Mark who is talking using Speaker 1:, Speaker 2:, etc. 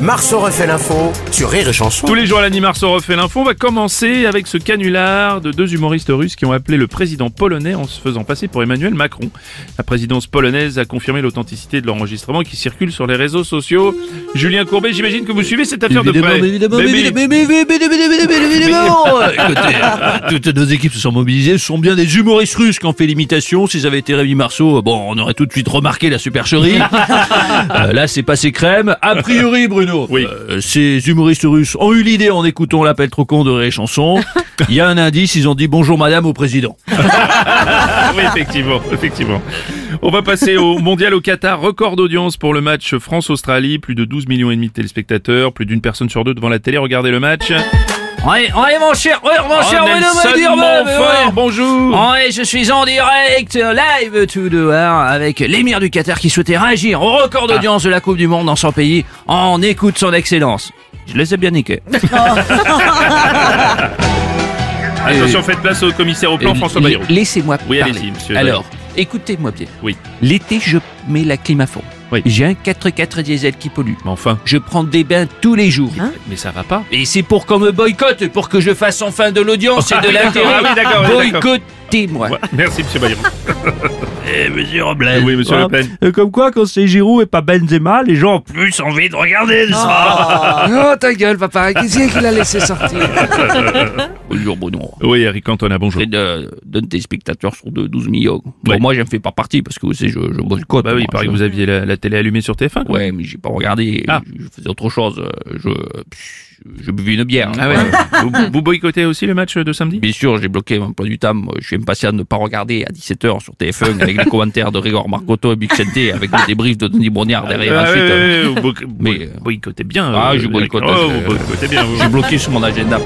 Speaker 1: Marceau refait l'info sur Rire et Chanson.
Speaker 2: Tous les jours à l'année, Marceau refait l'info. On va commencer avec ce canular de deux humoristes russes qui ont appelé le président polonais en se faisant passer pour Emmanuel Macron. La présidence polonaise a confirmé l'authenticité de l'enregistrement qui circule sur les réseaux sociaux. Julien Courbet, j'imagine que vous suivez cette affaire de
Speaker 3: Évidemment,
Speaker 2: près.
Speaker 3: mais évidemment, mais
Speaker 2: Bébé.
Speaker 3: évidemment, mais évidemment, mais évidemment, mais évidemment, mais évidemment. Écoutez, euh, toutes nos équipes se sont mobilisées. Ce sont bien des humoristes russes qui ont fait l'imitation. S'ils avaient été Rémi Marceau, euh, bon, on aurait tout de suite remarqué la supercherie. Euh, là, c'est passé crème. A priori, Bruno,
Speaker 2: Oui.
Speaker 3: euh, ces humoristes russes ont eu l'idée en écoutant l'appel trop con de Ré Chanson. Il y a un indice, ils ont dit bonjour madame au président.
Speaker 2: Ah oui, effectivement, effectivement. On va passer au mondial au Qatar. Record d'audience pour le match France-Australie. Plus de 12 millions et demi de téléspectateurs. Plus d'une personne sur deux devant la télé. Regardez le match.
Speaker 4: Ouais, ouais, mon cher, ouais, mon cher,
Speaker 2: Oh,
Speaker 4: Bruno,
Speaker 2: Nelson,
Speaker 4: mon dur,
Speaker 2: mon
Speaker 4: ouais,
Speaker 2: fort,
Speaker 4: ouais.
Speaker 2: bonjour.
Speaker 4: Ouais, Oh, je suis en direct, euh, live tout dehors, avec l'émir du Qatar qui souhaitait réagir au record
Speaker 2: Ah.
Speaker 4: d'audience de la Coupe du Monde dans son pays en écoute son excellence. Je les ai bien niqués.
Speaker 2: Attention, faites place au commissaire au plan,
Speaker 4: Euh,
Speaker 2: François
Speaker 4: la-
Speaker 2: Bayrou.
Speaker 4: Laissez-moi
Speaker 2: Oui,
Speaker 4: parler.
Speaker 2: allez-y, monsieur
Speaker 4: Alors, écoutez-moi bien.
Speaker 2: Oui.
Speaker 4: L'été, je mets la clim à fond.
Speaker 2: Oui.
Speaker 4: J'ai un 4x4 diesel qui pollue.
Speaker 2: Mais enfin,
Speaker 4: Je prends des bains tous les jours.
Speaker 2: mais ça va pas.
Speaker 4: Et c'est pour qu'on me boycotte, pour que je fasse enfin de l'audience et de l'intérêt.
Speaker 2: Ah oui, d'accord, oui, d'accord.
Speaker 4: Boycottez-moi.
Speaker 2: Ouais, Merci, monsieur Bayrou.
Speaker 3: Eh, monsieur Robles.
Speaker 2: Oui, monsieur
Speaker 4: Hein
Speaker 2: Le Pen.
Speaker 3: Euh, Comme quoi, quand c'est Giroud et pas Benzema, les gens ont plus envie de regarder ça.
Speaker 4: Oh, ta gueule, papa. Qu'est-ce qu'il a laissé sortir
Speaker 3: Bonjour Bruno.
Speaker 2: Oui, Eric Cantona, bonjour.
Speaker 3: près de, de tes spectateurs sur de 12 millions.
Speaker 2: Ouais.
Speaker 3: Bon, moi, j'en fais pas partie parce que vous savez, je, je boycotte.
Speaker 2: Bah oui, il
Speaker 3: moi,
Speaker 2: paraît
Speaker 3: je-
Speaker 2: que vous aviez la, la télé allumée sur TF1. quoi.
Speaker 3: Ouais, mais j'ai pas regardé.
Speaker 2: Ah.
Speaker 3: Je faisais autre chose. euh, Je, pff, je buvais une bière.
Speaker 2: Ah ouais.
Speaker 3: Euh,
Speaker 2: vous, vous boycottez aussi le match de samedi
Speaker 3: Bien sûr, j'ai bloqué mon plan du temps. Moi, Je suis impatient de ne pas regarder à 17h sur TF1 avec les commentaires de Régor Marcotto et Big Santé avec des débriefs de Denis Brognard derrière.
Speaker 2: Ah,
Speaker 3: ensuite,
Speaker 2: ouais,
Speaker 3: euh,
Speaker 2: ouais, ouais, vous boy-
Speaker 3: Mais, euh,
Speaker 2: boycottez bien.
Speaker 3: Ah,
Speaker 2: euh,
Speaker 3: je boycotte,
Speaker 2: Eric- Oh,
Speaker 3: euh,
Speaker 2: vous boycottez bien. vous.
Speaker 3: j'ai bloqué sur mon agenda.